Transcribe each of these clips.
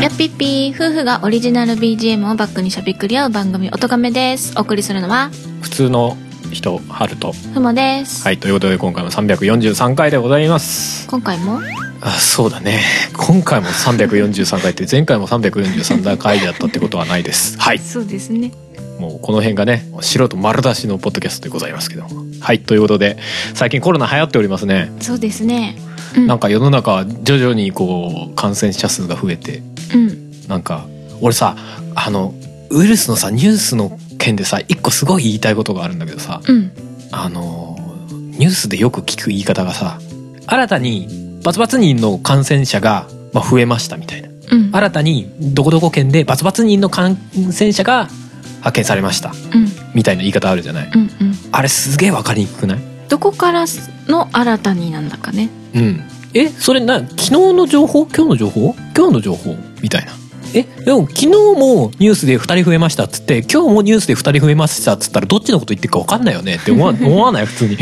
ラッピッピー夫婦がオリジナル BGM をバックにしゃべくり合う番組「おとがめ」ですお送りするのは普通の人ハルトふもです、はいということで今回も343回でございます今回もあそうだね今回も343回って前回も343回だったってことはないですはいそうですねもうこの辺がね素人丸出しのポッドキャストでございますけどもはいということで最近コロナ流行っておりますねそうですねうんなんか世の中徐々にこう感染者数が増えてうんなんか俺さあのウイルスのさニュースの件でさ一個すごい言いたいことがあるんだけどさうんあのニュースでよく聞く言い方がさ新たにバツバツ人の感染者が、まあ、増えましたみたいなうん新たにどこどこ県でバツバツ人の感染者が発見されましたうんみたいな言い方あるじゃないうんうんあれすげえわかりにくくないどこからの新たになんだかねうん、えそれな昨日の情報今日の情報今日の情報みたいなえでも昨日もニュースで2人増えましたっつって今日もニュースで2人増えましたっつったらどっちのこと言ってるか分かんないよねって 思わ思わない普通に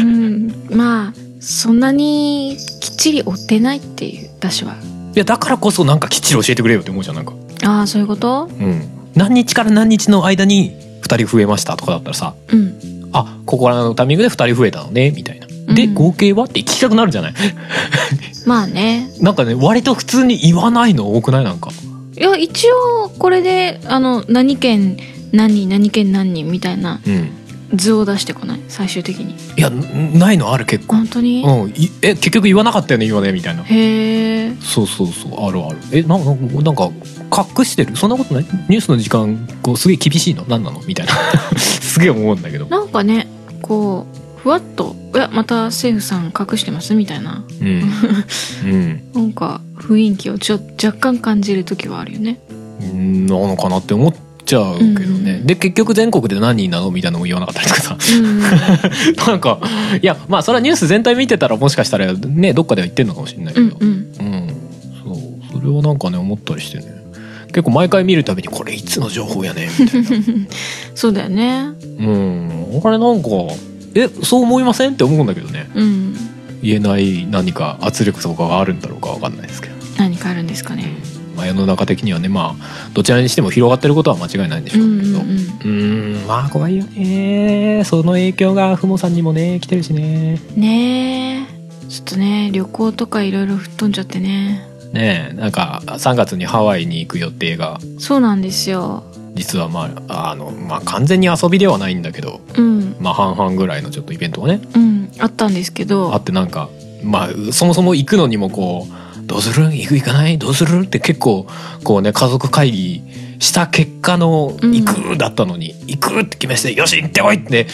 うんまあそんなにきっちり追ってないっていう私はいやだからこそなんかきっちり教えてくれよって思うじゃんなんか、ああそういうことうん、何日から何日の間に2人増えましたとかだったらさうんあここらのタイミングで2人増えたのねみたいなでうん合計はって聞きたくなるじゃないまあねなんかね割と普通に言わないの多くないなんかいや一応これであの何県何人何県何人みたいなうん図を出してこない最終的にいやんないのある結構本当に、うん、いえ結局言わなかったよね今ねみたいなへえそうそうそうあるあるえなんなんかなんか隠してるそんなことないニュースの時間こうすげえ厳しいの何なのみたいな すげえ思うんだけどなんかねこうふわっと「いやまた政府さん隠してます」みたいなうんうんなんか雰囲気をちょ若干感じる時はあるよねうんなのかなって思っちゃうけどね、うんで結局全国で何人なのみたいなのも言わなかったりとかさ うんなんかいやまあそれはニュース全体見てたらもしかしたらねどっかでは言ってんのかもしれないけうど、ん うんうん、そうそれはなんかね思ったりしてね結構毎回見るたびにこれいつの情報やねみたいなそうだよねうんあれなんかえそう思いませんって思うんだけどねうん言えない何か圧力とかがあるんだろうかわかんないですけど、何かあるんですかねまあ、世の中的にはねまあどちらにしても広がってることは間違いないんでしうょうんうけんどうんんまあ怖いよねその影響がふもさんにもね来てるしねうんねえちょっとね旅行とかいろいろ吹っ飛んじゃってねねえなんか3月にハワイに行く予定がそうなんですよ実はまああの、まあ、完全に遊びではないんだけどうんまあ、半々ぐらいのちょっとイベントがねうんあったんですけどあってなんかまあそもそも行くのにもこうどうする行く行かないどうするって結構こうね家族会議した結果の「うん行く」だったのに「行く」って決めて「よし行っておい!」って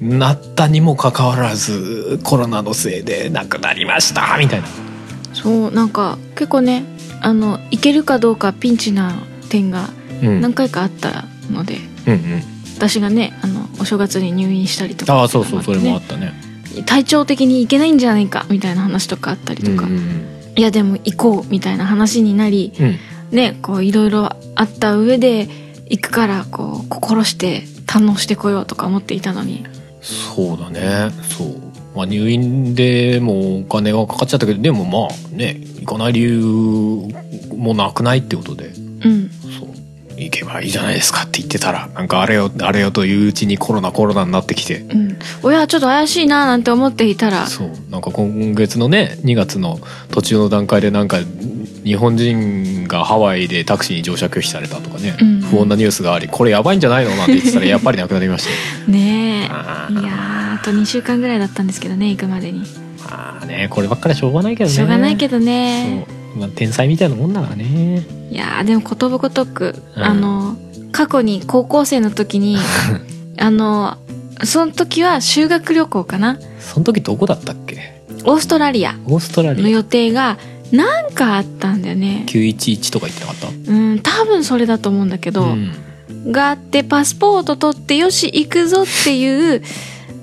なったにもかかわらずコロナのせいで亡くなりましたみたいな。そうなんか結構ねあの行けるかどうかピンチな点がうん何回かあったので、うんうん、私がねあのお正月に入院したりとかああそうそうそれもあったね。体調的に行けないんじゃないかみたいな話とかあったりとか、うんうんいやでも行こうみたいな話になりうんうんねこういろいろあった上で行くからこう心して堪能してこようとか思っていたのにそうだねそう、まあ、入院でもお金はかかっちゃったけどでもまあね行かない理由もなくないってことでうんそう行けばいいじゃないですかって言ってたらなんかあれよあれよといううちにコロナコロナになってきてうん親ちょっと怪しいななんて思っていたらそうなんか今月のね2月の途中の段階でなんか日本人がハワイでタクシーに乗車拒否されたとかね、うん不穏なニュースがありこれやばいんじゃないのなんて言ってたらやっぱりなくなりましたよ ねえいやあーーあと2週間ぐらいだったんですけどね行くまでにまあねこればっかりはしょうがないけどねしょうがないけどそねう、まあ、天才みたいなもんだからねいやーでもことぶことく、うんあの過去に高校生の時にあのその時は修学旅行かなその時どこだったっけオーストラリアオーストラのリア予定がなんかあったんだよね911とか言ってなかったうん多分それだと思ううんだけど、ん、があってパスポート取ってよし行くぞっていう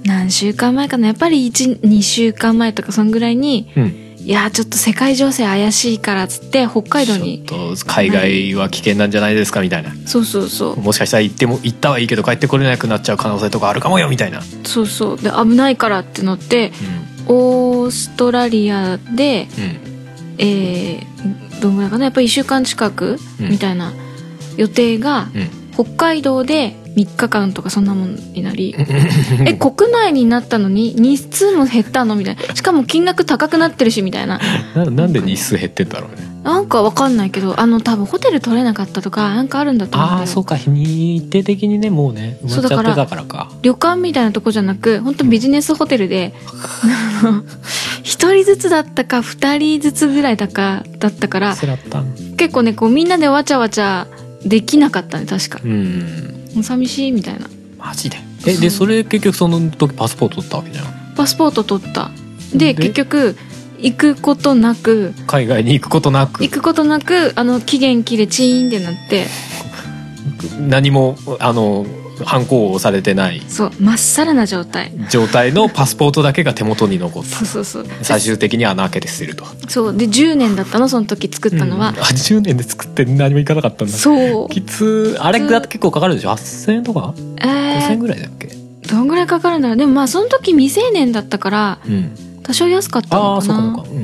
何週間前かなやっぱり12週間前とかそんぐらいにうん、いやーちょっと世界情勢怪しいからっつって北海道にちょっと海外は危険なんじゃないですかみたいなそうそうそうもしかしたら行っても行ったはいいけど帰ってこれなくなっちゃう可能性とかあるかもよみたいな、うんそうそうで危ないからってのってオーストラリアでうん、えーどんぐらいかなやっぱり1週間近くうんみたいな予定が、うん北海道で3日間とかそんなもんになりええ国内になったのに日数も減ったのみたいなしかも金額高くなってるしみたいな ななんで日数減ってんだろうねなんかわかんないけどあの多分ホテル取れなかったとかなんかあるんだと思うんだあよあそうか日程的にねもうね埋まっちゃってたからか旅館みたいなとこじゃなく本当ビジネスホテル であの一人ずつだったか二人ずつぐらいだかだったからスラッタン結構ねこうみんなでわちゃわちゃできなかったね確かうんもう寂しいみたいなマジでえでそれ結局その時パスポート取ったわけじゃんパスポート取ったでで結局行くことなく海外に行くことなく行くことなくあの期限切れチーンってなって何もあの反抗をされてないそうまっさらな状態状態のパスポートだけが手元に残っそうたそうそう最終的に穴開けて捨てるとそうで10年だったのその時作ったのはうん、あ10年で作って何もいかなかったんだそうきつあれだって結構かかるでしょ8,000円とかえ5,000円ー、ぐらいだっけ、どんぐらいかかるんだろうでもまあその時未成年だったからうん多少安かったああのーかそうかなもかう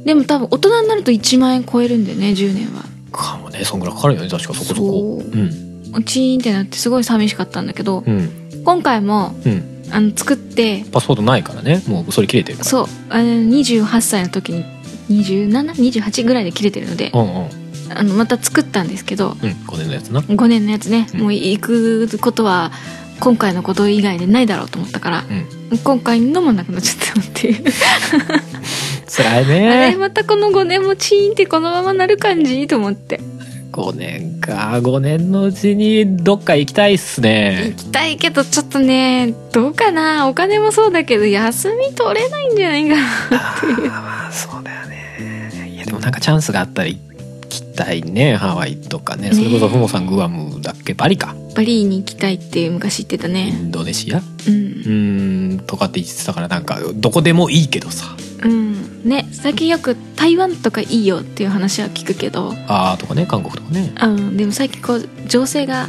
んでも多分大人になると1万円超えるんだよね10年はかもねそんぐらいかかるよね確かそこそこそううんチーンってなってすごい寂しかったんだけどうん今回もうんあの作ってパスポートないからねもうそれ切れてるからそうあの28歳の時に2728ぐらいで切れてるのでうんうんあのまた作ったんですけどうん5年のやつな5年のやつね、うんもう行くことは今回のこと以外でないだろうと思ったからうん今回のもなくなっちゃったっていう、辛いあれねまたこの5年もチーンってこのままなる感じと思って5年か5年のうちにどっか行きたいっす行ねきたいけどちょっとねどうかなお金もそうだけど休み取れないんじゃないかなああそうだよねいやでもなんかチャンスがあったら行きたいねハワイとかねそれこそふもさんグアムだっけバリかバリーに行きたいって昔言ってたイねンドネシアううんーんとかって言ってたからなんかどこでもいいけどさうんね最近よく台湾とかいいよっていう話は聞くけどあーとかね韓国とかねうん、でも最近こう情 勢があ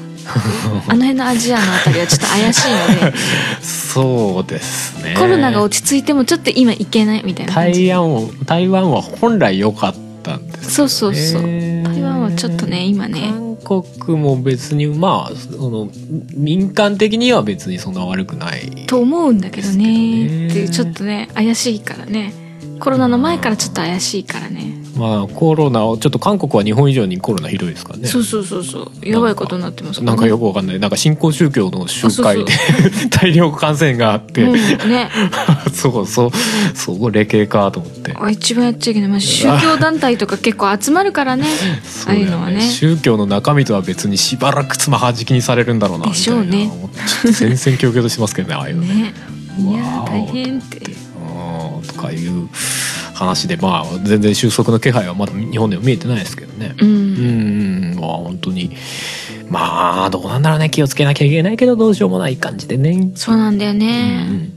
の辺のアジアのあたりはちょっと怪しい ので、そうですねコロナが落ち着いてもちょっと今行けないみたいな感じ台湾を台湾は本来良かったんですそうそうそう、ね台湾はちょっとね今ね韓国も別にまあその民間的には別にそんな悪くないと思うんだけどですけどねねっていうちょっとね怪しいからねコロナの前からちょっと怪しいからねまあコロナをちょっと韓国は日本以上にコロナひどいですからねそうそうそうそうやばいことになってますなんかよくくわかんないなんか新興宗教の集会であ 大量感染があって、もうね そうそうそこ霊系かと思ってあ一番やっちゃいけない、まあ、宗教団体とか結構集まる からねそああういだうのよはねね宗教の中身とは別にしばらくつまはじきにされるんだろうなでしょうねみたいな思ってちょっと戦々恐々としてますけ どねああいうのねねいやーわー大変ってうんとかいう話でまあ全然収束の気配はまだ日本では見えてないですけどね。うんうんまあ本当にまあどうなんだろうね気をつけなきゃいけないけどどうしようもない感じでね。そうなんだようね、ん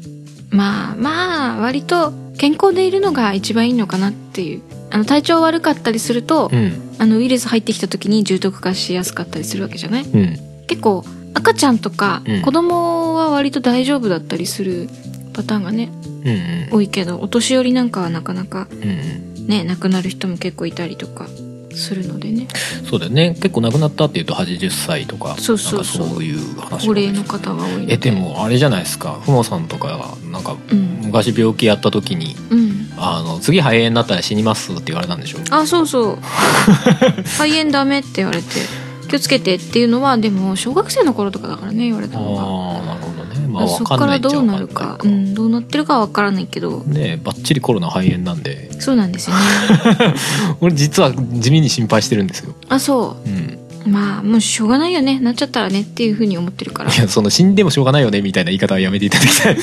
まあまあ割と健康でいるのが一番いいのかなっていうあの体調悪かったりすると、うんあのウイルス入ってきた時に重篤化しやすかったりするわけじゃないうん結構赤ちゃんとかうん子供は割と大丈夫だったりするパターンがねうんうん多いけどお年寄りなんかはなかなかうんうんね亡くなる人も結構いたりとかするのでねそうだよね結構亡くなったっていうと80歳とかそうそうそうなんかそういう話高齢の方が多いのえでもあれじゃないですかふもさんとかはなんかうん昔病気やった時にうんあの次肺炎になったら死にますって言われたんでしょあそうそう 肺炎ダメって言われて気をつけてっていうのはでも小学生の頃とかだからね言われたのがああなるほどねまあそ分こかかんないらっちゃどう分かなんないかるかうん、どうなってるかは分からないけどねえばっちりコロナ肺炎なんでそうなんですよね 俺実は地味に心配してるんですよ、あそうん、うまあもうしょうがないよねなっちゃったらねっていうふうに思ってるからいやその死んでもしょうがないよねみたいな言い方はやめていただ きたい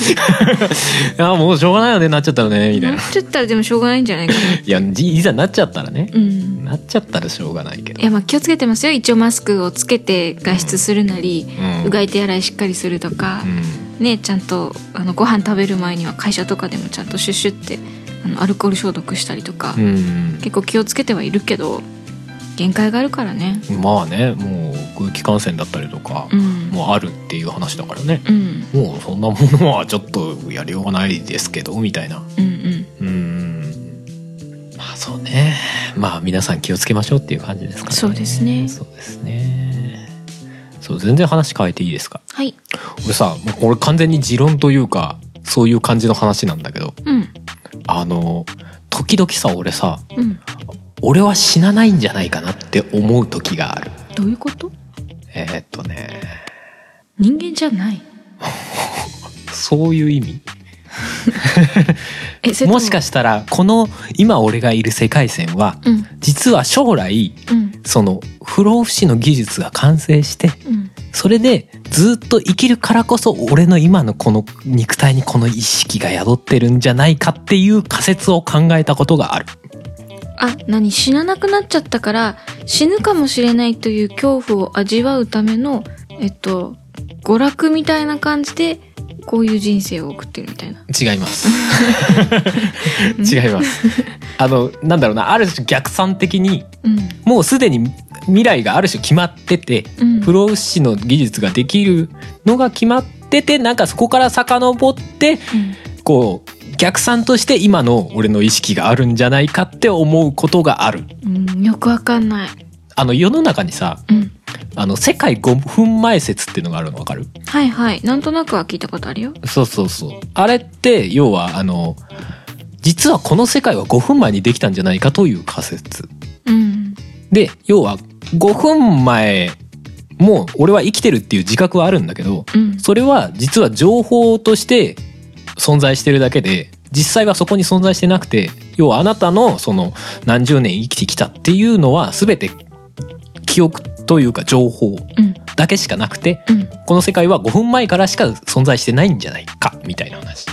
ああもうしょうがないよねなっちゃったらねみたいなな っちゃったらでもしょうがないんじゃないかないやじいざなっちゃったらねう、んなっちゃったらしょうがないけどいやまあ気をつけてますよ一応マスクをつけて外出するなり、うんうがい手洗いしっかりするとかう、んねちゃんとあのご飯食べる前には会社とかでもちゃんとシュッシュってあのアルコール消毒したりとか、うん結構気をつけてはいるけど限界があるからねまあねもう空気感染だったりとかうんもうあるっていう話だからね、うんもうそんなものはちょっとやりようがないですけどみたいなうんうんうんまあそうねまあ皆さん気をつけましょうっていう感じですかねそうですねそうですねそう全然話変えていいですかはい俺さもうこれ完全に持論というかそういう感じの話なんだけどうんあの時々さ俺さうん俺は死なないんじゃないかなって思う時があるどういうことえーっとね人間じゃないそういう意味えそれともしかしたらこの今俺がいる世界線はうん実は将来うんその不老不死の技術が完成してうんそれでずっと生きるからこそ俺の今のこの肉体にこの意識が宿ってるんじゃないかっていう仮説を考えたことがある。あ何死ななくなっちゃったから死ぬかもしれないという恐怖を味わうためのえっと娯楽みたいな感じでこういう人生を送ってるみたいな違います。 違います。あの、なんだろうな、ある種逆算的に、うんもうすでに未来がある種決まってて、うん不老不死の技術ができるのが決まってて、なんかそこから遡って、うんこう、逆算として今の俺の意識があるんじゃないかって思うことがある。うん、よくわかんない。あの、世の中にさ、うん。あの、世界5分前説っていうのがあるのわかるはいはい。なんとなくは聞いたことあるよ。そうそうそう。あれって、要は、あの、実はこの世界は5分前にできたんじゃないかという仮説。うん。で、要は、5分前も俺は生きてるっていう自覚はあるんだけど、うん。それは実は情報として存在してるだけで、実際はそこに存在してなくて、要はあなたのその何十年生きてきたっていうのは全て記憶というか情報うん。だけしかなくて、うん。うこの世界は5分前からしか存在してないんじゃないかみたいな話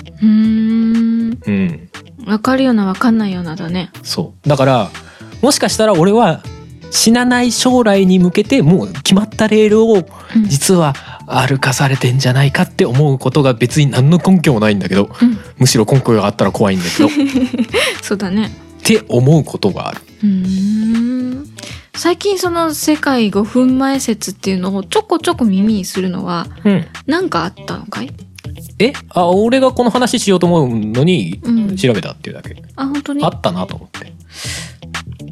ーん。うんわかるようなわかんないようなだね。そうだからもしかしたら俺は死なない将来に向けてもう決まったレールをうん。実は歩かされてんじゃないかって思うことが別に何の根拠もないんだけ どうん。むしろ根拠があったら怖いんだ けどっそうだね。て思うことがあるうーん。最近その世界5分前説っていうのをちょこちょこ耳にするのはうん何かあったのかいえあ俺がこの話しようと思うのにうん調べたっていうだけ、あ、本当にあったなと思って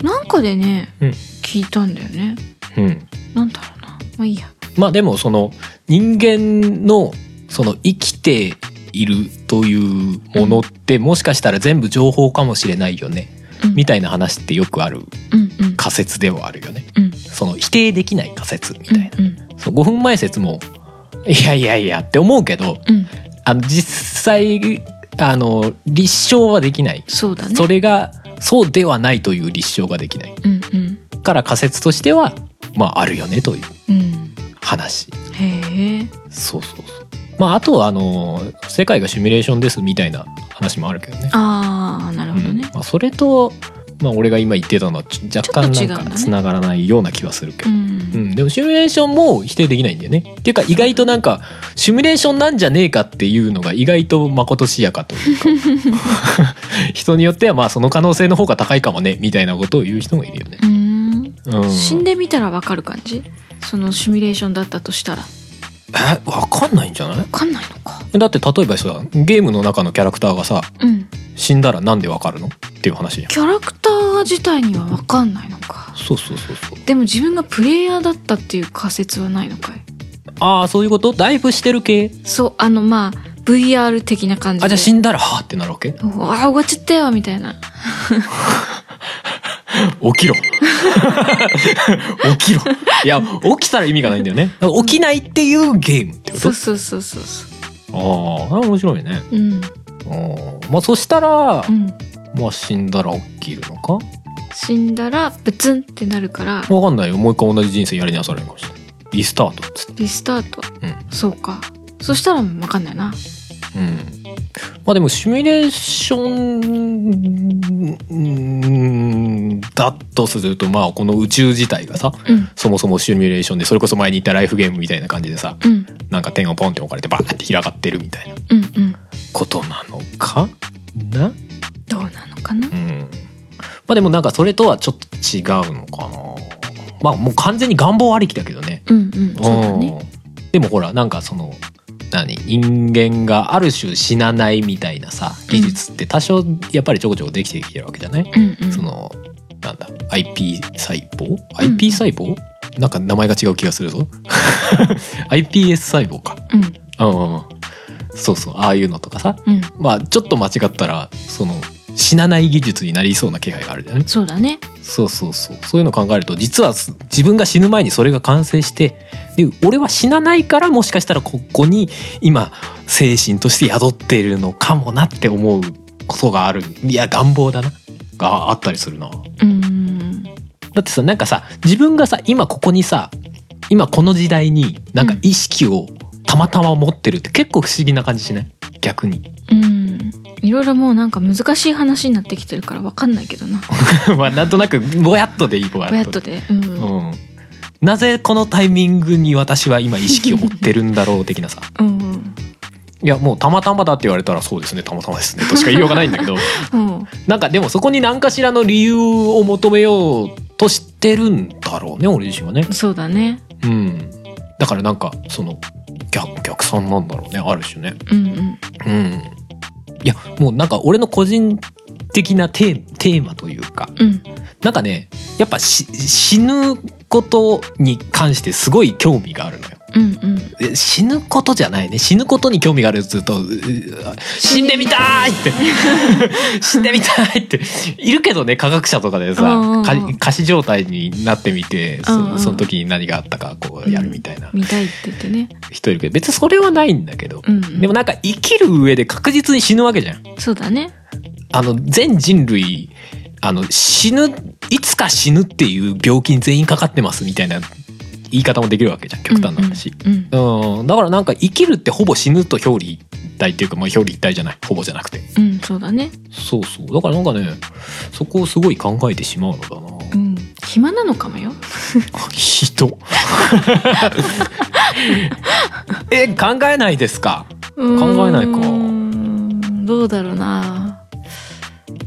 なんかでね、うん聞いたんだよね。うんなんだろうな。まあいいや。まあでもその人間のその生きているというものってもしかしたら全部情報かもしれないよねうん。みたいな話ってよくあるうんうん。仮説ではあるよね。うん。その否定できない仮説みたいな。うん。その5分前説もいやいやいやって思うけどうん。あの実際あの立証はできない。そうだね。それがそうではないという立証ができない。うんうん。から仮説としてはまああるよねといううん。話。へえ。そうそうそう。まああとはあの世界がシミュレーションですみたいな話もあるけどね。ああなるほどうんね、まあ、それと、まあ、俺が今言ってたのはちょ若干ちょっとな違うかんんだねつながらないような気はするけうど。うんん、でもシミュレーションも否定できないんだよね。っていうか意外となんかシミュレーションなんじゃねえかっていうのが意外とまことしやかというか 人によってはまあその可能性の方が高いかもねみたいなことを言う人もいるよね。うーんうん、死んでみたらわかる感じそのシミュレーションだったとしたらわえわかんないんじゃないかんないのかだって例えばさゲームの中のキャラクターがさうん死んだらなんでわかるのっていう話じゃんキャラクター自体にはわかんないのかそうそうそうそうでも自分がプレイヤーだったっていう仮説はないのかいああそういうことだいぶしてる系そうあのまあ VR 的な感じでああじゃあ死んだらはあってなるわけあ終わっちゃったよみたいな起きろ 起きろいや起きたら意味がないんだよね起きないっていうゲームってこそとうそうそうそうそああ面白いねううんあまあそしたら、うんまあ死んだら起きるのか死んだらブツンってなるからわかんないよもう一回同じ人生やり直されるかもしれないリスタートっつってリスタート、うんそうかそしたらわかんないなうんまあでもシミュレーションうんだとするとまあこの宇宙自体がさうんそもそもシミュレーションでそれこそ前に言ったライフゲームみたいな感じでさうんなんか点をポンって置かれてバーンって開がってるみたいなうんうんことなのかなどうなのかなうんまあでもなんかそれとはちょっと違うのかなまあもう完全に願望ありきだけどねうんうんそうだねうんでもほらなんかその何人間がある種死なないみたいなさ技術って多少やっぱりちょこちょこできてきてるわけじゃない、うんうんそのなんだ IP 細胞 IP 細胞、なんか名前が違う気がするぞ iPS 細胞かうんうんうんうんそうそうああいうのとかさうんまあちょっと間違ったらその死なない技術になりそうな気配があるじゃないそうだねそうそうそうそういうのを考えると実はす自分が死ぬ前にそれが完成してで俺は死なないからもしかしたらここに今精神として宿っているのかもなって思うことがあるいや願望だながあったりするなうんだってさなんかさ自分がさ今ここにさ今この時代になんか意識をたまたま持ってるって結構不思議な感じしない逆に うんいろいろもうなんか難しい話になってきてるからわかんないけどなまあなんとなくぼやっとでいいぼやっぼとやでっとでうんうんうん、なぜこのタイミングに私は今意識を持ってるんだろう的な さうんいやもうたまたまだって言われたらそうですねたまたまですねとしか言いようがないんだけ どうんなんかでもそこに何かしらの理由を求めようとしてるんだろうね俺自身はねそうだねうんだからなんかその逆逆算なんだろうねある種ねうんううんんいやもうなんか俺の個人的なテーテーマというかうんなんかねやっぱし死ぬことに関してすごい興味があるのようんうんえ死ぬことじゃないね死ぬことに興味があるっつうとうう死んでみたい って死んでみたいっているけどね科学者とかでうんうんうさん仮仮死状態になってみてうんうそんその時に何があったかこうやるみたいな見たいって言ってね人いるけど別にそれはないんだけどうんでもなんか生きる上で確実に死ぬわけじゃん。そうだねあの全人類あの死ぬいつか死ぬっていう病気に全員かかってますみたいな言い方もできるわけじゃん極端な話。うんうん、だからなんか生きるってほぼ死ぬと表裏一体っていうか、まあ、表裏一体じゃないほぼじゃなくてうんうんそうだねそうそうだからなんかねそこをすごい考えてしまうのだな、 うん暇なのかもよ人え考えないですか考えないかうーんどうだろうな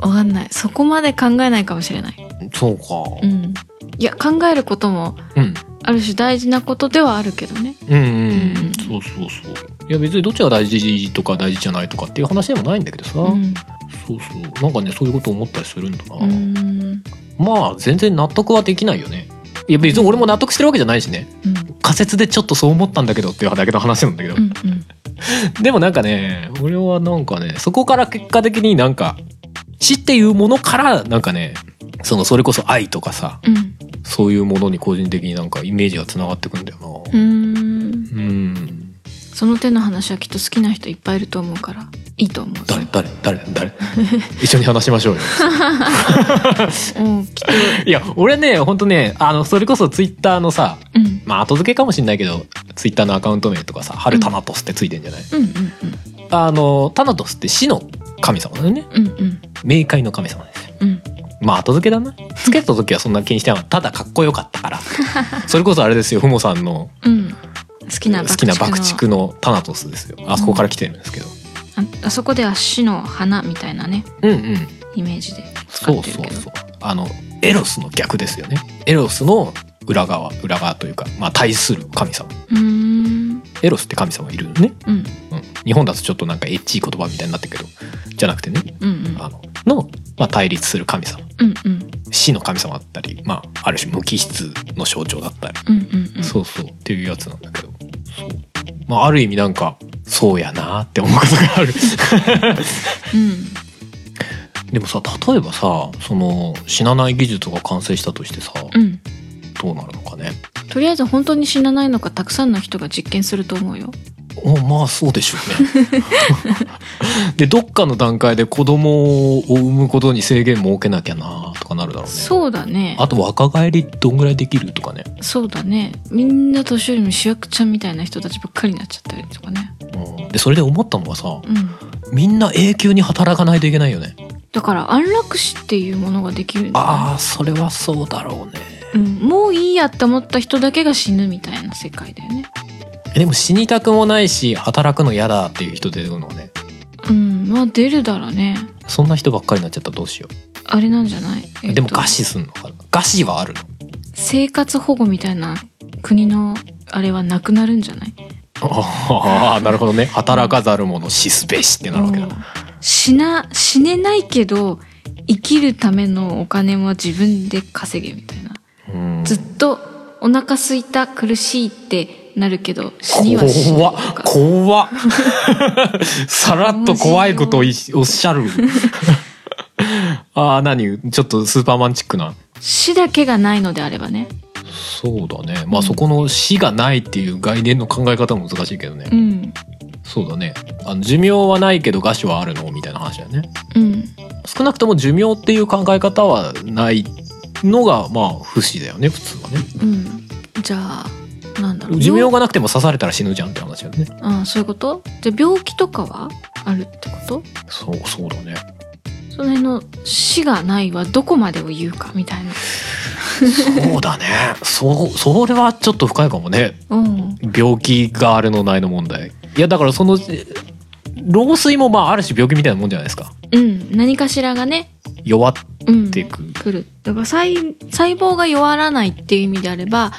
わかんないそこまで考えないかもしれないそうかうんいや考えることもうんある種大事なことではあるけどねうんうん、そうそうそういや別にどっちが大事とか大事じゃないとかっていう話でもないんだけどさ、うんそうそうなんかねそういうこと思ったりするんだな、うんうんまあ全然納得はできないよねいや別に俺も納得してるわけじゃないしね仮説でちょっとそう思ったんだけどっていうだけの話なんだけど、うんでもなんかね俺はなんかねそこから結果的になんか死っていうものからなんかねそのそれこそ愛とかさうんそういうものに個人的になんかイメージがつながってくんだようなーんうんその手の話はきっと好きな人いっぱいいると思うからいいと思う誰誰誰 誰一緒に話しましょうようんきっといや俺ねほんとねあのそれこそツイッターのさうんまあ後付けかもしんないけどツイッターのアカウント名とかさ「春タナトス」ってついてんじゃない、うんあのタナトスって死の神様だよねうんうんうん冥界の神様ですようんまあ後付けだなつけた時はそんな気にしてなかったただかっこよかったから それこそあれですよふもさんのうん好きな好きな爆竹竹のタナトスですよあそこから来てるんですけど、ああそこで足の花みたいなねうん、うんイメージで使そうってるそけうどそうあのエロスの逆ですよねエロスの裏側裏側というかまあ対する神様うーんエロスって神様いるのね、うんうん、日本だとちょっとなんかエッチい言葉みたいになってるけどじゃなくてねうんうんあのの、まあ、対立する神様うんうん死の神様だったり、まあ、ある種無機質の象徴だったりうんうんうんそうそうっていうやつなんだけどそう、まあ、ある意味なんかそうやなって思うことがあるうん でもさ例えばさその死なない技術が完成したとしてさうんどうなるのかねとりあえず本当に死なないのかたくさんの人が実験すると思うよおまあそうでしょう ねでどっかの段階で子供を産むことに制限設けなきゃなとかなるだろうねそうだねあと若返りどんぐらいできるとかねそうだねみんな年寄りの主役ちゃんみたいな人たちばっかりになっちゃったりとかねうんでそれで思ったのがさうんみんな永久に働かないといけないよねだから安楽死っていうものができるんだよねああそれはそうだろうねうん、もういいやって思った人だけが死ぬみたいな世界だよねえでも死にたくもないし働くの嫌だっていう人出るのねうんまあ出るだろうねそんな人ばっかりになっちゃったらどうしよう、あれなんじゃない、えっとでも餓死すんのかな餓死はあるの生活保護みたいな国のあれはなくなるんじゃないああなるほどね 働かざる者死すべしってなるわけだもう死な死ねないけど生きるためのお金は自分で稼げみたいなうんずっとお腹空いた苦しいってなるけど死には死ぬ怖とっか怖っさらっと 怖いことをいおっしゃ るああ何ちょっとスーパーマンチックな死だけがないのであればねそうだねまあそこの死がないっていう概念の考え方も難しいけどね、うんそうだねあの寿命はないけど餓死はあるのみたいな話だよねうん少なくとも寿命っていう考え方はないのがまあ不死だよね普通はねうんじゃあなんだろう寿命がなくても刺されたら死ぬじゃんって話だよねあそういうことじゃあ病気とかはあるってことそうそうだねその辺の死がないはどこまでを言うかみたいなそうだねそうそれはちょっと深いかもねうん病気があるのないの問題いやだからそのえ老衰もまあある種病気みたいなもんじゃないですかうん何かしらがね弱っうんていく、うん来るだから細細胞が弱らないっていう意味であれば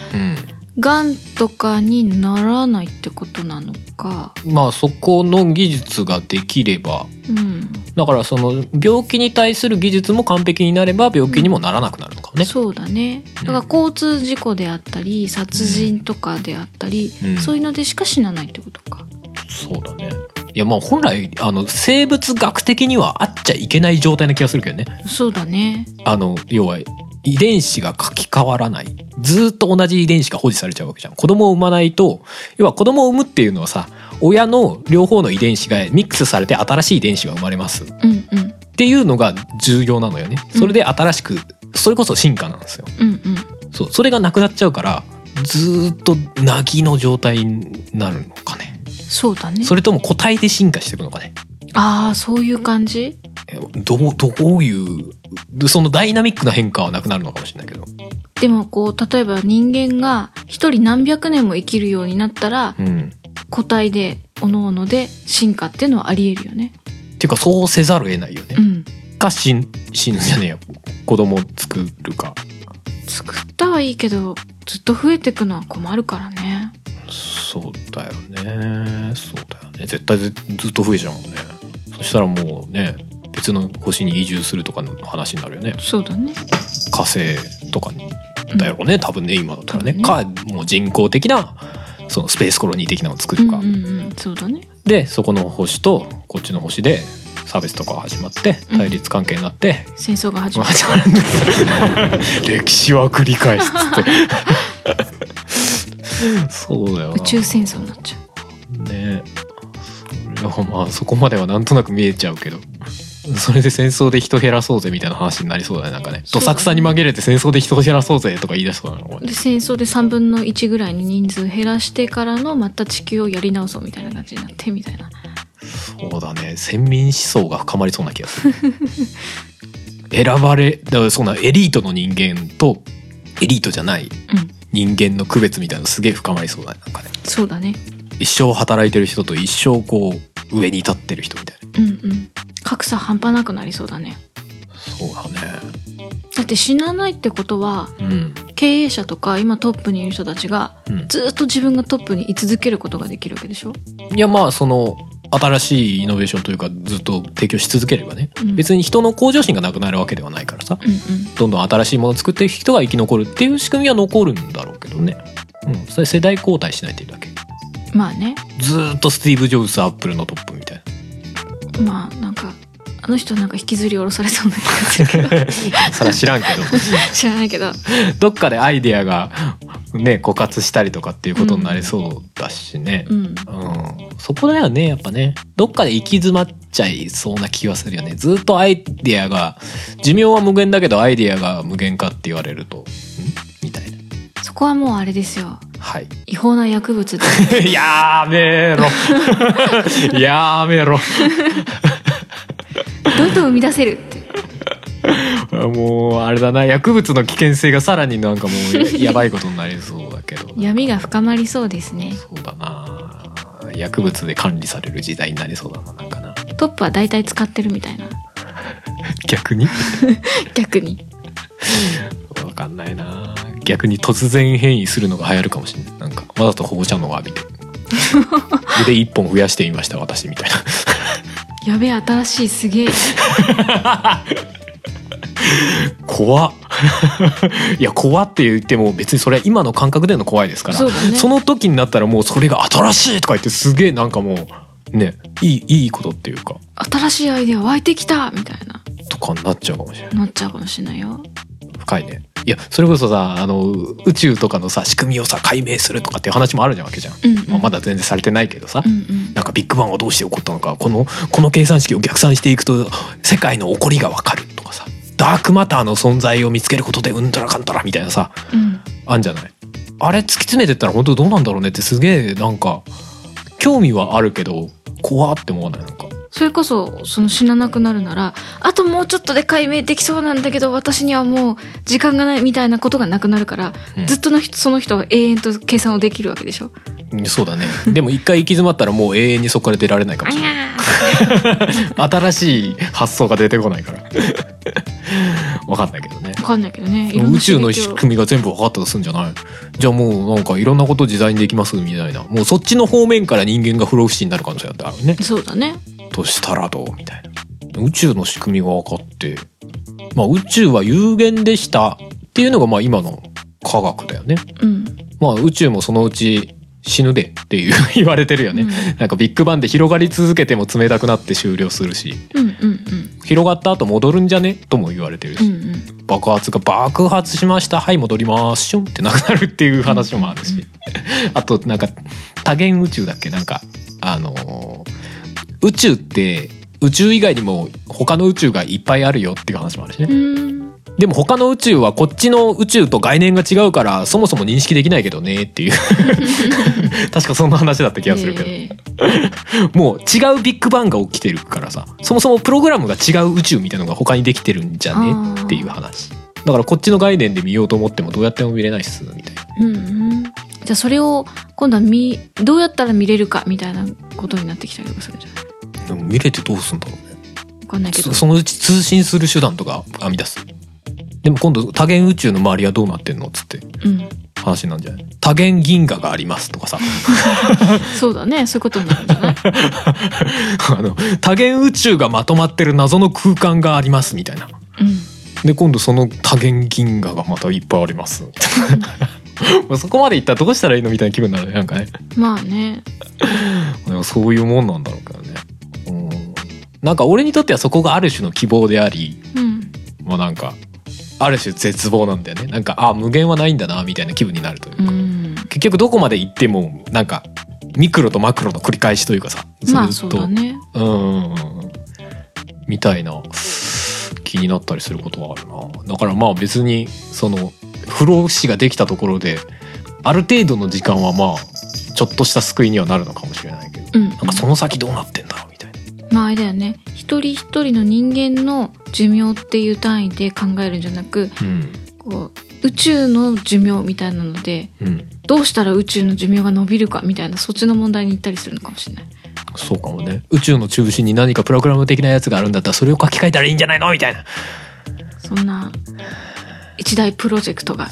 がんとかにならないってことなのかまあそこの技術ができればうんだからその病気に対する技術も完璧になれば病気にもならなくなるのかもね、そうだねだから交通事故であったり殺人とかであったり、うんそういうのでしか死なないってことかそうだねいやまあ本来あの生物学的にはあっちゃいけない状態な気がするけどねそうだねあの要は遺伝子が書き換わらないずーっと同じ遺伝子が保持されちゃうわけじゃん子供を産まないと要は子供を産むっていうのはさ親の両方の遺伝子がミックスされて新しい遺伝子が生まれますっうんうんていうのが重要なのよねそれで新しくそれこそ進化なんですようんうんそうそれがなくなっちゃうからずーっとなぎの状態になるのかねそうだねそれとも個体で進化していくのかねああそういう感じえどうどういうそのダイナミックな変化はなくなるのかもしれないけどでもこう例えば人間が一人何百年も生きるようになったらうん個体で各々で進化っていうのはありえるよねっていうかそうせざるを得ないよねう。んか死ん死ぬじゃねえよ子供作るか。作ったはいいけどずっと増えてくのは困るからねそうだよねそうだよね絶対ずずっと増えちゃうもんね。そしたらもうね別の星に移住するとかの話になるよねそうだね火星とかにだよね、多分ね今だったらね。うんかもう人工的なそのスペースコロニー的なのを作うるんか。うんうんそうだねでそこの星とこっちの星で差別とかが始まってうん対立関係になって、戦争が始まる始まるんですよ 歴史は繰り返すっつって そうだよな宇宙戦争になっちゃうねそれはまあそこまではなんとなく見えちゃうけどそれで戦争で人減らそうぜみたいな話になりそうだねなんかねそうどさくさに紛れて戦争で人減らそうぜとか言い出しそうなのこれで戦争で3分の1ぐらいに人数減らしてからのまた地球をやり直そうみたいな感じになってみたいなそうだね先民思想が深まりそうな気がする 選ばれだからそんなエリートの人間とエリートじゃないうん人間の区別みたいなのすげえ深まりそうだねなんかねそうだね一生働いてる人と一生こう上に立ってる人みたいなうんうん格差半端なくなりそうだねそうだねだって死なないってことはうん経営者とか今トップにいる人たちがうんずっと自分がトップに居続けることができるわけでしょいやまあその新しいイノベーションというかずっと提供し続ければね、うん別に人の向上心がなくなるわけではないからさうんうんどんどん新しいものを作っていく人が生き残るっていう仕組みは残るんだろうけどねうんそれ世代交代しないっていうだけまあねずーっとスティーブ・ジョブズアップルのトップみたいなまあなんかあの人なんか引きずり下ろされそうな気がするけど それは知らんけど知らないけどどっかでアイデアがね枯渇したりとかっていうことになりそうだしね、ううんん、そこだよねやっぱねどっかで行き詰まっちゃいそうな気はするよねずっとアイデアが寿命は無限だけどアイデアが無限かって言われるとんみたいなそこはもうあれですよはい。違法な薬物 でやめろ。 やめろ。どんどん生み出せるってもう、あれだな、薬物の危険性がさらになんかもう、やば いことになりそうだけど。闇が深まりそうですねそうだな。薬物で管理される時代になりそうだな、なんかな。トップは大体使ってるみたいな 逆に逆にわかんないな。逆に突然変異するのが流行るかもしれない。なんか、わざと保護者のを浴びて。 腕一本増やしてみました、私みたいな。やべえ新しいすげえ怖っ いや怖って言っても別にそれは今の感覚での怖いですからそうだねの時になったらもうそれが新しいとか言ってすげえなんかもうねいいいいことっていうか新しいアイデア湧いてきたみたいなとかになっちゃうかもしれないなっちゃうかもしれないよ深いねいやそれこそさあの宇宙とかのさ仕組みをさ解明するとかっていう話もあるじゃんわけじゃん、うんうんまあ、まだ全然されてないけどさ、うんうんなんかビッグバンはどうして起こったのかこのこの計算式を逆算していくと世界の起こりがわかるとかさダークマターの存在を見つけることでうんたらかんたらみたいなさうんあんじゃないあれ突き詰めてったら本当どうなんだろうねってすげえなんか興味はあるけど怖って思わないなんかそれこそその死ななくなるならあともうちょっとで解明できそうなんだけど私にはもう時間がないみたいなことがなくなるから、うんずっとの人その人は永遠と計算をできるわけでしうょ。んそうだね でも一回行き詰まったらもう永遠にそこから出られないかもあしれ ないや新しい発想が出てこないから わかんないけどねーわかんないけどねいろんな宇宙の刺激仕を組みが全部分かったとするんじゃないじゃあもうなんかいろんなこと自在にできますみたいなもうそっちの方面から人間が不老不死になる可能性だってあるねそうだねとしたらどうみたいな宇宙の仕組みが分かって、まあ、宇宙は有限でしたっていうのがまあ今の科学だよね、うんまあ、宇宙もそのうち死ぬでっていう 言われてるよね、うんなんかビッグバンで広がり続けても冷たくなって終了するしうんうん広がった後戻るんじゃねとも言われてるうんうし、ん爆発が爆発しましたはい戻りますシュンってなくなるっていう話もあるし、あとなんか多元宇宙だっけなんかあのー宇宙って宇宙以外にも他の宇宙がいっぱいあるよっていう話もあるしうね、んでも他の宇宙はこっちの宇宙と概念が違うからそもそも認識できないけどねっていう確かそんな話だった気がするけど、えーもう違うビッグバンが起きてるからさそもそもプログラムが違う宇宙みたいなのが他にできてるんじゃあねーっていう話だからこっちの概念で見ようと思ってもどうやっても見れないっすみたいなうんうんじゃあそれを今度は見どうやったら見れるかみたいなことになってきたりとかするんじゃないでも見れてどうすんだろうねわかんないけどそそのうち通信する手段とか編み出すでも今度多元宇宙の周りはどうなってんのっつってうん話になんじゃない多元銀河がありますとかさ そうだねそういうことになるんじゃないあの多元宇宙がまとまってる謎の空間がありますみたいなうんで今度その多元銀河がまたいっぱいあり ますみたいなもうそこまでいったらどうしたらいいのみたいな気分になるねなんかねまあねでもそういうもんなんだろうけどねうんなんか俺にとってはそこがある種の希望でありうんまあなんかある種絶望なんだよねなんかあ無限はないんだなみたいな気分になるといううか、ん結局どこまで行ってもなんかミクロとマクロの繰り返しというかさずっと、まあそうだねうんうんうんみたいな気になったりすることはあるなだからまあ別にその不老不死ができたところである程度の時間はまあちょっとした救いにはなるのかもしれないけどうんなんかその先どうなってんだろうみたいなまああれだよね一人一人の人間の寿命っていう単位で考えるんじゃなくうんこう宇宙の寿命みたいなのでうんどうしたら宇宙の寿命が伸びるかみたいなそっちの問題に行ったりするのかもしれないそうかもね宇宙の中心に何かプログラム的なやつがあるんだったらそれを書き換えたらいいんじゃないのみたいなそんな一大プロジェクトが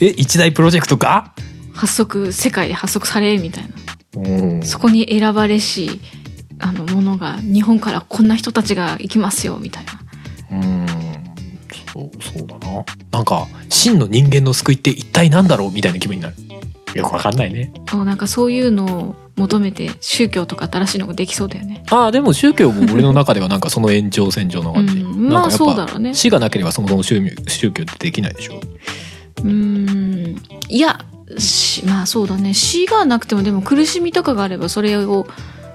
え一大プロジェクトか発足世界で発足されみたいなうんそこに選ばれしあのものが日本からこんな人たちが行きますよみたいなうんそうそうだななんか真の人間の救いって一体なんだろうみたいな気分になるよくわかんないねそうなんかそういうのを求めて宗教とか新しいのができそうだよねああでも宗教も俺の中ではなんかその延長線上の感じ、うなんんまかやあっぱそうだろうね死がなければそもそも宗宗教ってできないでしょうーんいやしまあそうだね死がなくてもでも苦しみとかがあればそれを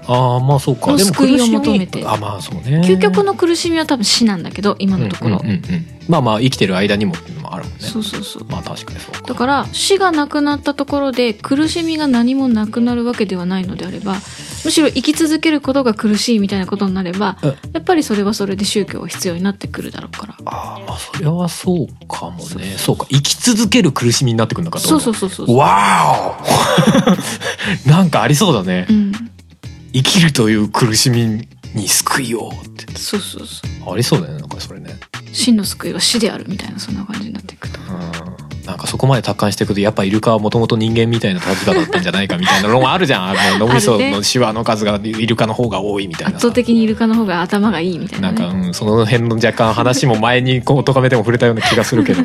ああまあそうかのでも救いを苦しみ求めてあまあそうね究極の苦しみは多分死なんだけど今のところ、うんうんうんうんまあまあ生きてる間にもっていうのもあるもんねそうそうそうまあ確かにそうだから死がなくなったところで苦しみが何もなくなるわけではないのであればむしろ生き続けることが苦しいみたいなことになればうんやっぱりそれはそれで宗教は必要になってくるだろうからああまあそれはそうかもねそうか生き続ける苦しみになってくるのかとそうそううそうそうわーお なんかありそうだね、うん生きるという苦しみに救いをってそうそうそありそうだよねなんかそれねう真の救いは死であるみたいなそんな感じになっていくとうんなんかそこまで達観していくとやっぱイルカはもともと人間みたいな立場だったんじゃないかみたいなのもある じゃんあの脳みそあるのねシワの数がイルカの方が多いみたいな圧さ倒的にイルカの方が頭がいいみたいななんねか、うん、その辺の若干話も前にこうとがめても触れたような気がする けど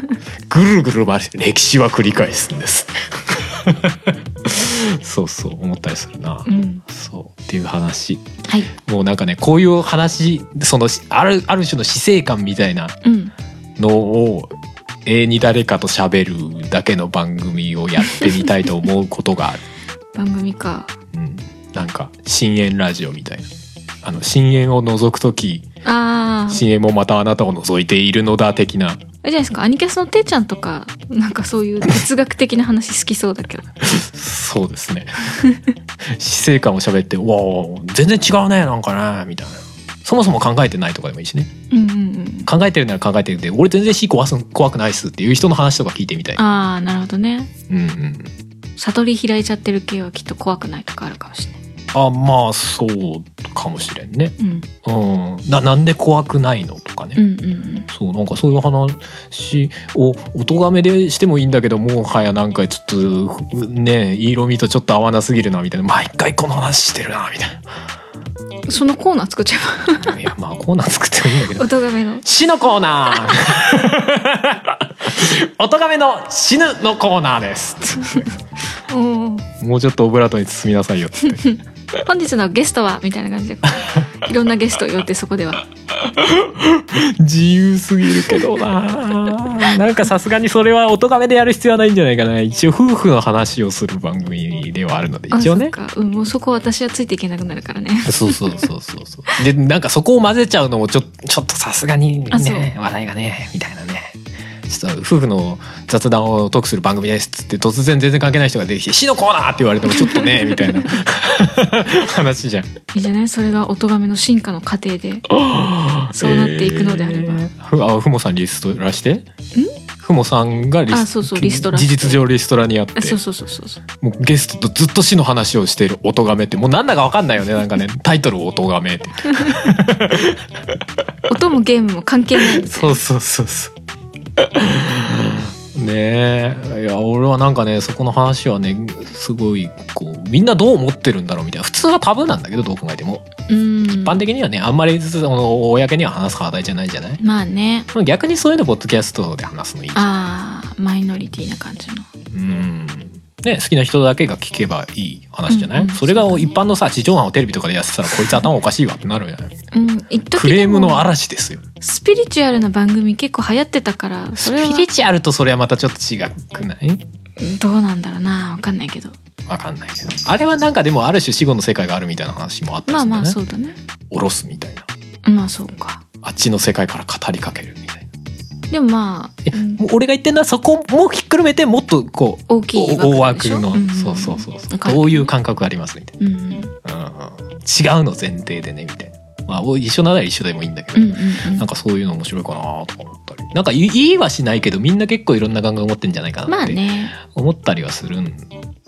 ぐるぐる回して歴史は繰り返すんです そうそう思ったりするな、うんそうっていう話はいもうなんかねこういう話そのあるある種の死生観みたいなうんのを永遠に誰かと喋るだけの番組をやってみたいと思うことがある、番組かうん、なんか深淵ラジオみたいなあの深淵を覗く時ああ深淵もまたあなたを覗いているのだ的なあれじゃないですかアニキャスのてーちゃんとかなんかそういう哲学的な話好きそうだけどそうですね死生観を喋って「わあ全然違うねなんかね」みたいな。そもそも考えてないとかでもいいしねうんうんうん考えてるなら考えてるんで俺全然死怖すん怖くないっすっていう人の話とか聞いてみたいああなるほどねうんうん悟り開いちゃってる系はきっと怖くないとかあるかもしれないあまあそうかもしれんねううんん、ななんで怖くないのとかね、うんうんうんそうなんかそういう話をお咎めでしてもいいんだけどもはやなんかちょっとね色味とちょっと合わなすぎるなみたいな毎回この話してるなみたいそのコーナー作っちゃえ ないやまあコーナー作ってもいいんだけばど お咎めの死のコーナー お咎めの死ぬのコーナーです おーもうちょっとオブラートに包みなさいよっつって本日のゲストはみたいな感じでこ ういろんなゲストを呼んでそこでは自由すぎるけどな なんかさすがにそれはお咎めでやる必要はないんじゃないかな一応夫婦の話をする番組ではあるのであ一応ねそっか、うん、もうそこ私はついていけなくなるからねそうそうそうそうそう。で、なんかそこを混ぜちゃうのもちょ、ちょっとさすがにあそうね、話題がね、みたいなね。ちょっと夫婦の雑談をトークする番組ですっつって突然全然関係ない人が出てきて「死のコーナー!」って言われてもちょっとねみた いな話じゃん。いいじゃないそれがお咎めの進化の過程でそうなっていくのであればえーふあふもさんリストラしてふもさんがリスあそうそうリストラ事実上リストラにあってあそうそうそうそうそうもうゲストとずっと死の話をしている「お咎め」ってもうなんだかわかんない よねなんかねタイトル「お咎め」って。音もゲームも関係ないんですそうそうそうそう。 ねえいや俺はなんかねそこの話はねすごいこうみんなどう思ってるんだろうみたいな普通はタブーなんだけどどう考えてもうん一般的にはねあんまりその公には話す話題じゃないじゃないまあね逆にそういうのポッドキャストで話すのいいああマイノリティな感じのうんね、好きな人だけが聞けばいい話じゃない、うんうんそれが一般のさ地上波をテレビとかでやってたらこいつ頭おかしいわってなるじゃないうん一時クレームの嵐ですよスピリチュアルな番組結構流行ってたからスそれはピリチュアルとそれはまたちょっと違くないどうなんだろうなわかんないけどわかんないけどあれはなんかでもある種死後の世界があるみたいな話もあったんでますあよねまあそうだね下ろすみたいなまあそうかあっちの世界から語りかけるみたいなでもまあ、うんもう俺が言ってんのはそこもひっくるめてもっとこう大きいお大枠枠でしょの、んそうそうそうそうわかるこういう感覚ありますみたいうんうんな、うんうん、違うの前提でねみたいなまあお一緒なら一緒でもいいんだけうど、んうんなんかそういうの面白いかなとか思ったりなんか言い言いはしないけどみんな結構いろんな考えを持ってんじゃないかまなあってね思ったりはするん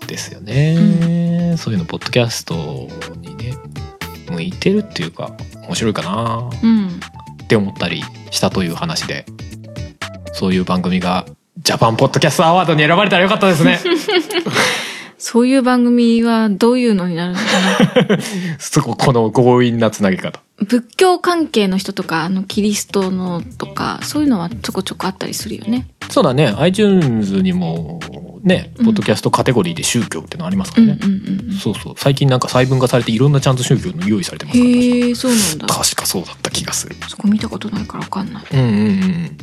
ですよね、そういうのポッドキャストにね向いてるっていうか面白いかなうんって思ったりしたという話でそういう番組がジャパンポッドキャストアワードに選ばれたらよかった ですねそういう番組はどういうのになるのかなそここの強引なつなぎ方仏教関係の人とかあのキリストのとかそういうのはちょこちょこあったりするよねそうだね iTunes にもねうんポッドキャストカテゴリーで宗教ってのありますかうんらうんね、うんそうそう最近なんか細分化されていろんなちゃんと宗教の用意されてますから確へえそうなんだか確かそうだった気がするそこ見たことないからわかんないうんうんうんうん。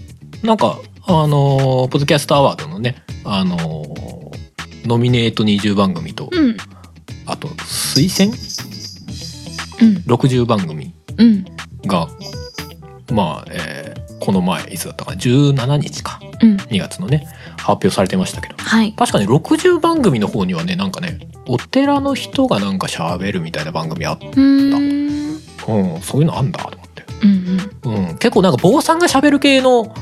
なんか、あのーポッドキャストアワードのね、あのーノミネート20番組と、うんあと、推薦うん ?60 番組うんが、まあ、えーこの前、いつだったかな、17日か。うん。 2月のね発表されてましたけどはい。確かね60番組の方にはねなんかねお寺の人がなんか喋るみたいな番組あっうーん。うんそういうのあんだと思って、うんうん。うん、結構なんか坊さんが喋る系のポ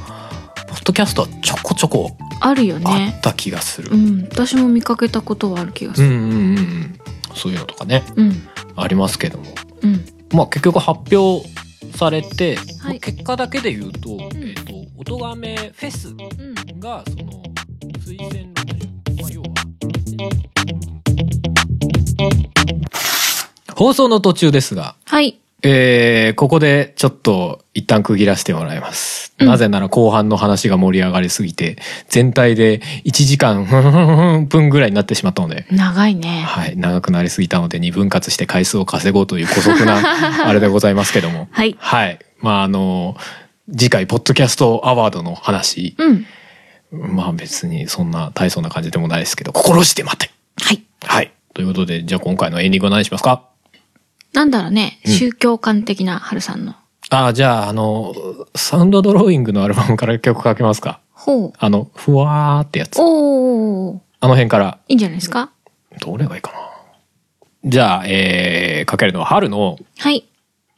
ッドキャストはちょこちょこあるよあね。った気がする、うん。私も見かけたことはある気がうすんる。うんうんうんそういうのとかねうん。ありますけどもうん。まあ結局発表されて、まあい結果だけで言うと、んえっ、と音がめフェスうん。がその推薦ラジオ、まあ、要は放送の途中ですが、はい。えー、ここでちょっと一旦区切らせてもらいます。うんなぜなら後半の話が盛り上がりすぎて、全体で1時間ふんふんふん分ぐらいになってしまったので、長いね。はい、長くなりすぎたので2分割して回数を稼ごうという古速 なあれでございますけども。はい。はい。まあ、あの、次回、ポッドキャストアワードの話、うん。まあ別にそんな大層な感じでもないですけど、心して待てはい。はい。ということで、じゃあ今回のエンディングは何にしますかなんだろうね。うん宗教観的な春さんの。ああ、じゃあ、あの、サウンドドローイングのアルバムから曲かけますかほう。あの、ふわーってやつ。あおー。の辺から、いいんじゃないですかどれがいいかなじゃあ、えー、かけるのは春の、はい。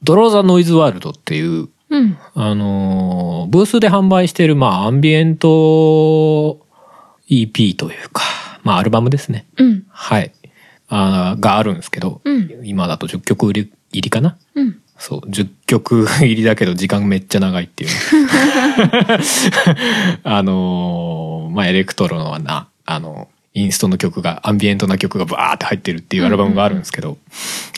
ドローザノイズワールドっていう、うん。あのーブースで販売してる、まあ、アンビエント EP というか、まあ、アルバムですね。うん。はい。あーがあるんですけど、うん今だと10曲入り入りかなうん。そう、10曲入りだけど時間めっちゃ長いっていう。 あのーまあ、エレクトロのはな、あの、インストの曲が、アンビエントな曲がバーって入ってるっていうアルバムがあるんですけど、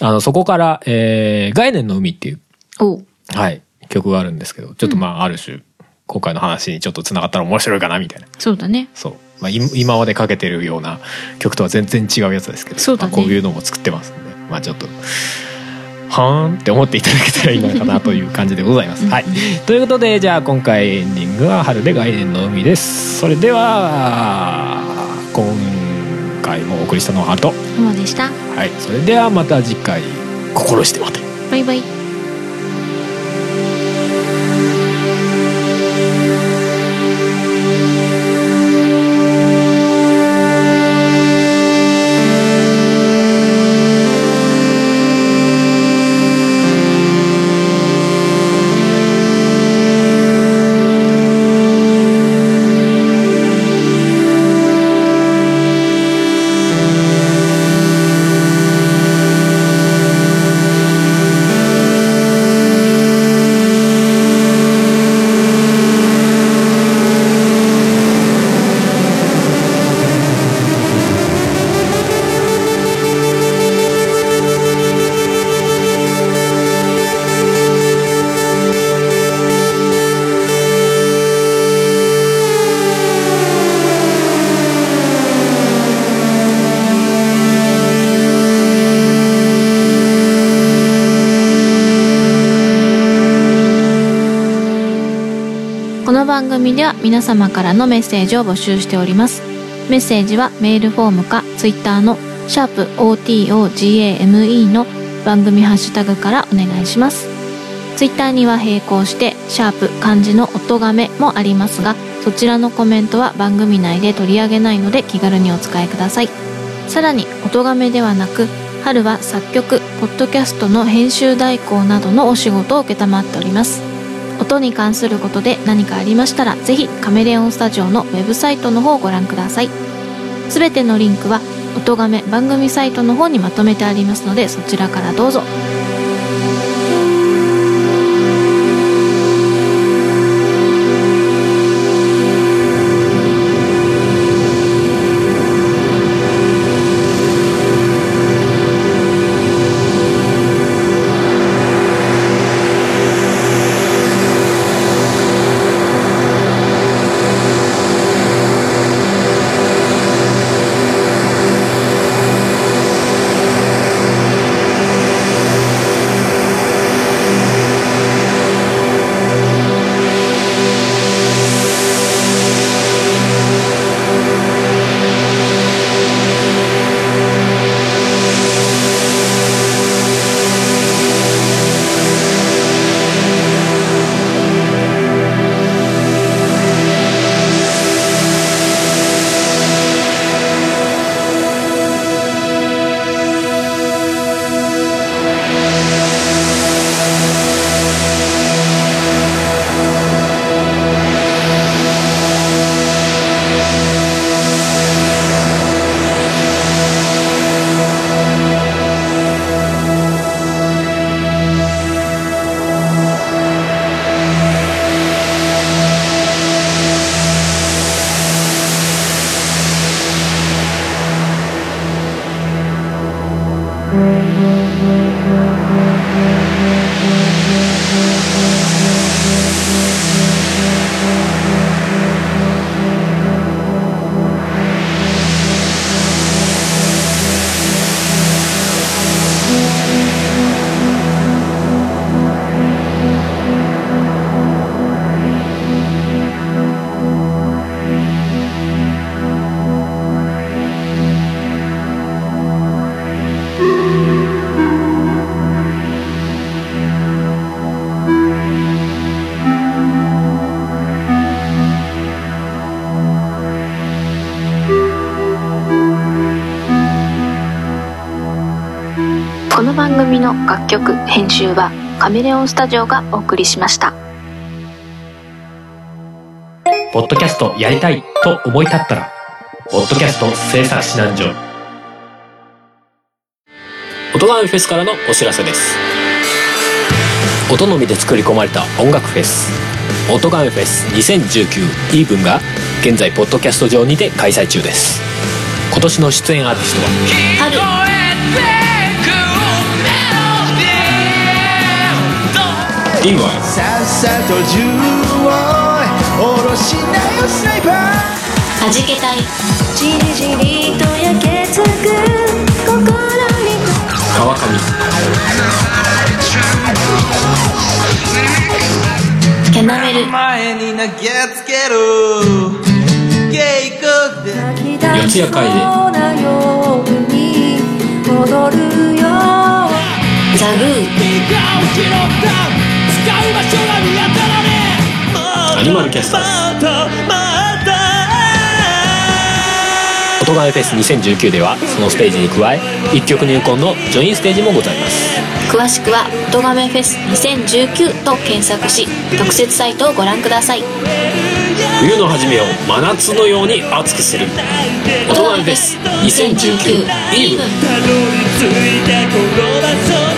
あの、そこから、えー、概念の海っていう、おう。はい、曲があるんですけど、ちょっとまあ、ある種、今回の話にちょっと繋がったら面白いかな、みたいな。そうだね。そう。まあ、い今までかけてるような曲とは全然違うやつですけど、そうだねまあこういうのも作ってますんで、まあちょっと、はーんって思っていただけたらいいのかなという感じでございます。はい。ということで、じゃあ今回エンディングは春で概念の海です。それでは、今回もお送りしたのは春と、ママでした。はい。それではまた次回、心して待て。バイバイ。この番組では皆様からのメッセージを募集しておりますメッセージはメールフォームかツイッターの「シャープ o t o g a m e の番組ハッシュタグからお願いしますツイッターには並行して「シャープ漢字の音がめ」もありますがそちらのコメントは番組内で取り上げないので気軽にお使いくださいさらに音がめではなく春は作曲ポッドキャストの編集代行などのお仕事を承っております音に関することで何かありましたらぜひカメレオンスタジオのウェブサイトの方をご覧くださいすべてのリンクは音亀番組サイトの方にまとめてありますのでそちらからどうぞこの番組の楽曲編集はカメレオンスタジオがお送りしましたポッドキャストやりたいと思い立ったら、ポッドキャスト制作指南所。音がフェスからのお知らせです。音のみで作り込まれた音楽フェス。音がフェス2019イーブンが現在ポッドキャスト上にて開催中です。今年の出演アーティストは、イーブン、さっさと銃を下ろしなよスナイパー川上、前に投げつける警告で四谷会で。アニマルキャスターズ音ガフェス2019ではそのステージに加え一曲入魂のジョインステージもございます詳しくは「音亀フェス2019」と検索し特設サイトをご覧ください冬の初めを真夏のように熱くする音ガフェス2019イーブンたどり着いたこの場所